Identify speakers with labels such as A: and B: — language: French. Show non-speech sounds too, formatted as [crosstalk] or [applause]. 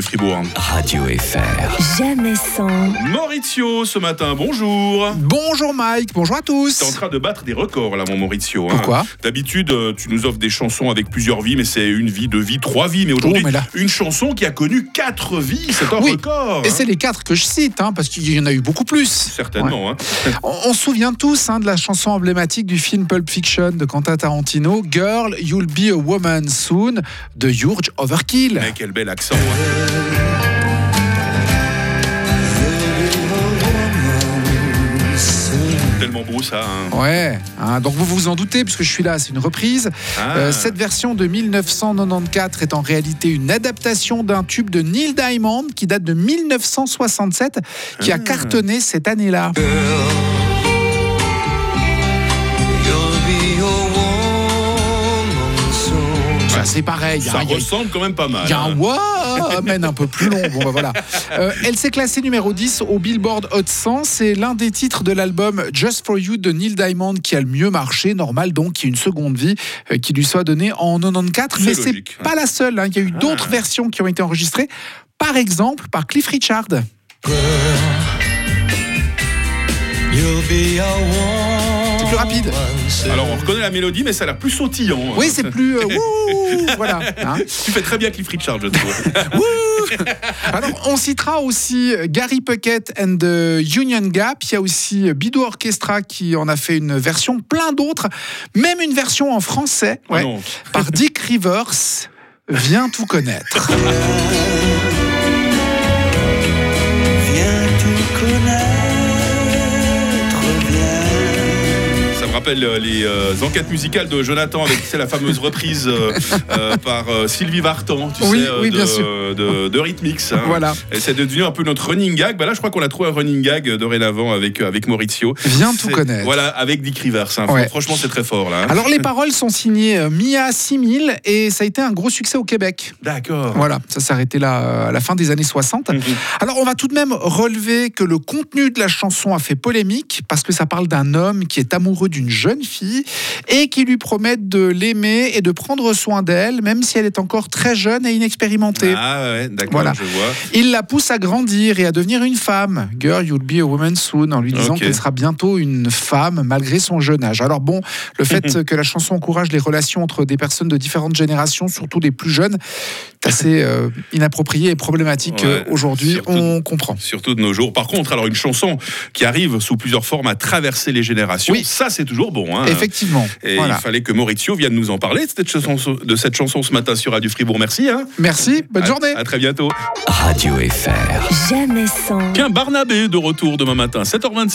A: de Fribourg.
B: Radio FR.
C: Jamais sans,
A: Maurizio, ce matin, bonjour.
D: Bonjour Mike, bonjour à
A: T'es en
D: tous.
A: train de battre des records là, mon Maurizio. hein.
D: Pourquoi
A: D'habitude, euh, tu nous offres des chansons avec plusieurs vies, mais c'est une vie, deux vies, trois vies. Mais aujourd'hui,
D: Oh, mais là-
A: une chanson qui a connu quatre vies, c'est un
D: Oui.
A: record.
D: Et
A: hein.
D: c'est les quatre que je cite, hein, parce qu'il y en a eu beaucoup plus.
A: Certainement. hein.
D: On, on se souvient tous hein, de la chanson emblématique du film Pulp Fiction de Quentin Tarantino, Girl, You'll Be a Woman Soon, de George Overkill.
A: Mais quel bel accent. hein. Tellement beau ça. hein.
D: Ouais, hein, donc vous vous en doutez, puisque je suis là, c'est une reprise.
A: Ah.
D: Euh, cette version de 1994 est en réalité une adaptation d'un tube de Neil Diamond qui date de 1967,
A: Ah.
D: qui a cartonné cette année-là.
A: Euh,
D: Ça, c'est pareil.
A: Ça
D: hein, il y a-
A: ressemble quand même pas mal.
D: Il y a
A: hein.
D: un Woman un peu plus long. Bon, bah voilà. Euh, elle s'est classée numéro 10 au Billboard Hot 100. C'est l'un des titres de l'album Just for You de Neil Diamond qui a le mieux marché. Normal donc qu'il y ait une seconde vie euh, qui lui soit donnée en 94.
A: C'est
D: Mais c'est
A: logique, hein.
D: pas la seule. hein. Il y a eu d'autres versions qui ont été enregistrées. Par exemple, par Cliff Richard. C'est plus rapide.
A: Alors on reconnaît la mélodie, mais ça a l'air plus sautillant. hein.
D: Oui, c'est
A: [laughs]
D: plus. euh, wouh, voilà. hein.
A: Tu fais très bien Cliff Richard, je trouve.
D: Alors, on citera aussi euh, Gary Puckett and the Union Gap. Il y a aussi Bidou Orchestra qui en a fait une version, plein d'autres, même une version en français
A: Ah
D: ouais,
A: non.
D: par Dick Rivers. Viens tout connaître.
E: Viens tout connaître, viens.
A: Ça me rappelle euh, les euh, enquêtes musicales de Jonathan avec c'est la fameuse reprise
D: [laughs]
A: euh, euh, par euh, Sylvie Vartan, tu
D: Oui,
A: sais, euh,
D: oui,
A: de,
D: bien sûr.
A: de- de Rhythmix. hein.
D: Voilà.
A: Et c'est devenu un peu notre running gag. Bah là, je crois qu'on a trouvé un running gag euh, dorénavant avec, euh, avec Maurizio.
D: Viens tout
A: C'est-
D: connaître.
A: Voilà, avec Dick Rivers. hein.
D: Ouais.
A: Franchement, c'est très fort là. hein.
D: Alors, les paroles sont signées euh, Mia 6000 et ça a été un gros succès au Québec.
A: D'accord.
D: Voilà, ça s'est arrêté là euh, à la fin des années 60.
A: Mhm.
D: Alors, on va tout de même relever que le contenu de la chanson a fait polémique parce que ça parle d'un homme qui est amoureux d'une jeune fille et qui lui promet de l'aimer et de prendre soin d'elle, même si elle est encore très jeune et inexpérimentée.
A: Ah ouais, d'accord,
D: Voilà.
A: je vois.
D: Il la pousse à grandir et à devenir une femme. Girl, you'll be a woman soon, en lui disant
A: Ok.
D: qu'elle sera bientôt une femme malgré son jeune âge. Alors bon, le
A: [laughs]
D: fait que la chanson encourage les relations entre des personnes de différentes générations, surtout les plus jeunes, c'est assez euh, inapproprié et problématique euh,
A: Ouais,
D: aujourd'hui.
A: surtout-
D: On comprend.
A: Surtout de nos jours. Par contre, alors une chanson qui arrive sous plusieurs formes à traverser les générations,
D: Oui.
A: ça c'est toujours bon. hein.
D: Effectivement.
A: Et
D: Voilà.
A: il fallait que Maurizio vienne nous en parler de cette chanson, de cette chanson ce matin sur Radio Fribourg. Merci. Hein
D: Merci. Bonne
A: À-
D: journée.
A: À très bientôt.
B: Radio FR.
C: jamais sans.
A: Tiens, Barnabé de retour demain matin, 7h26.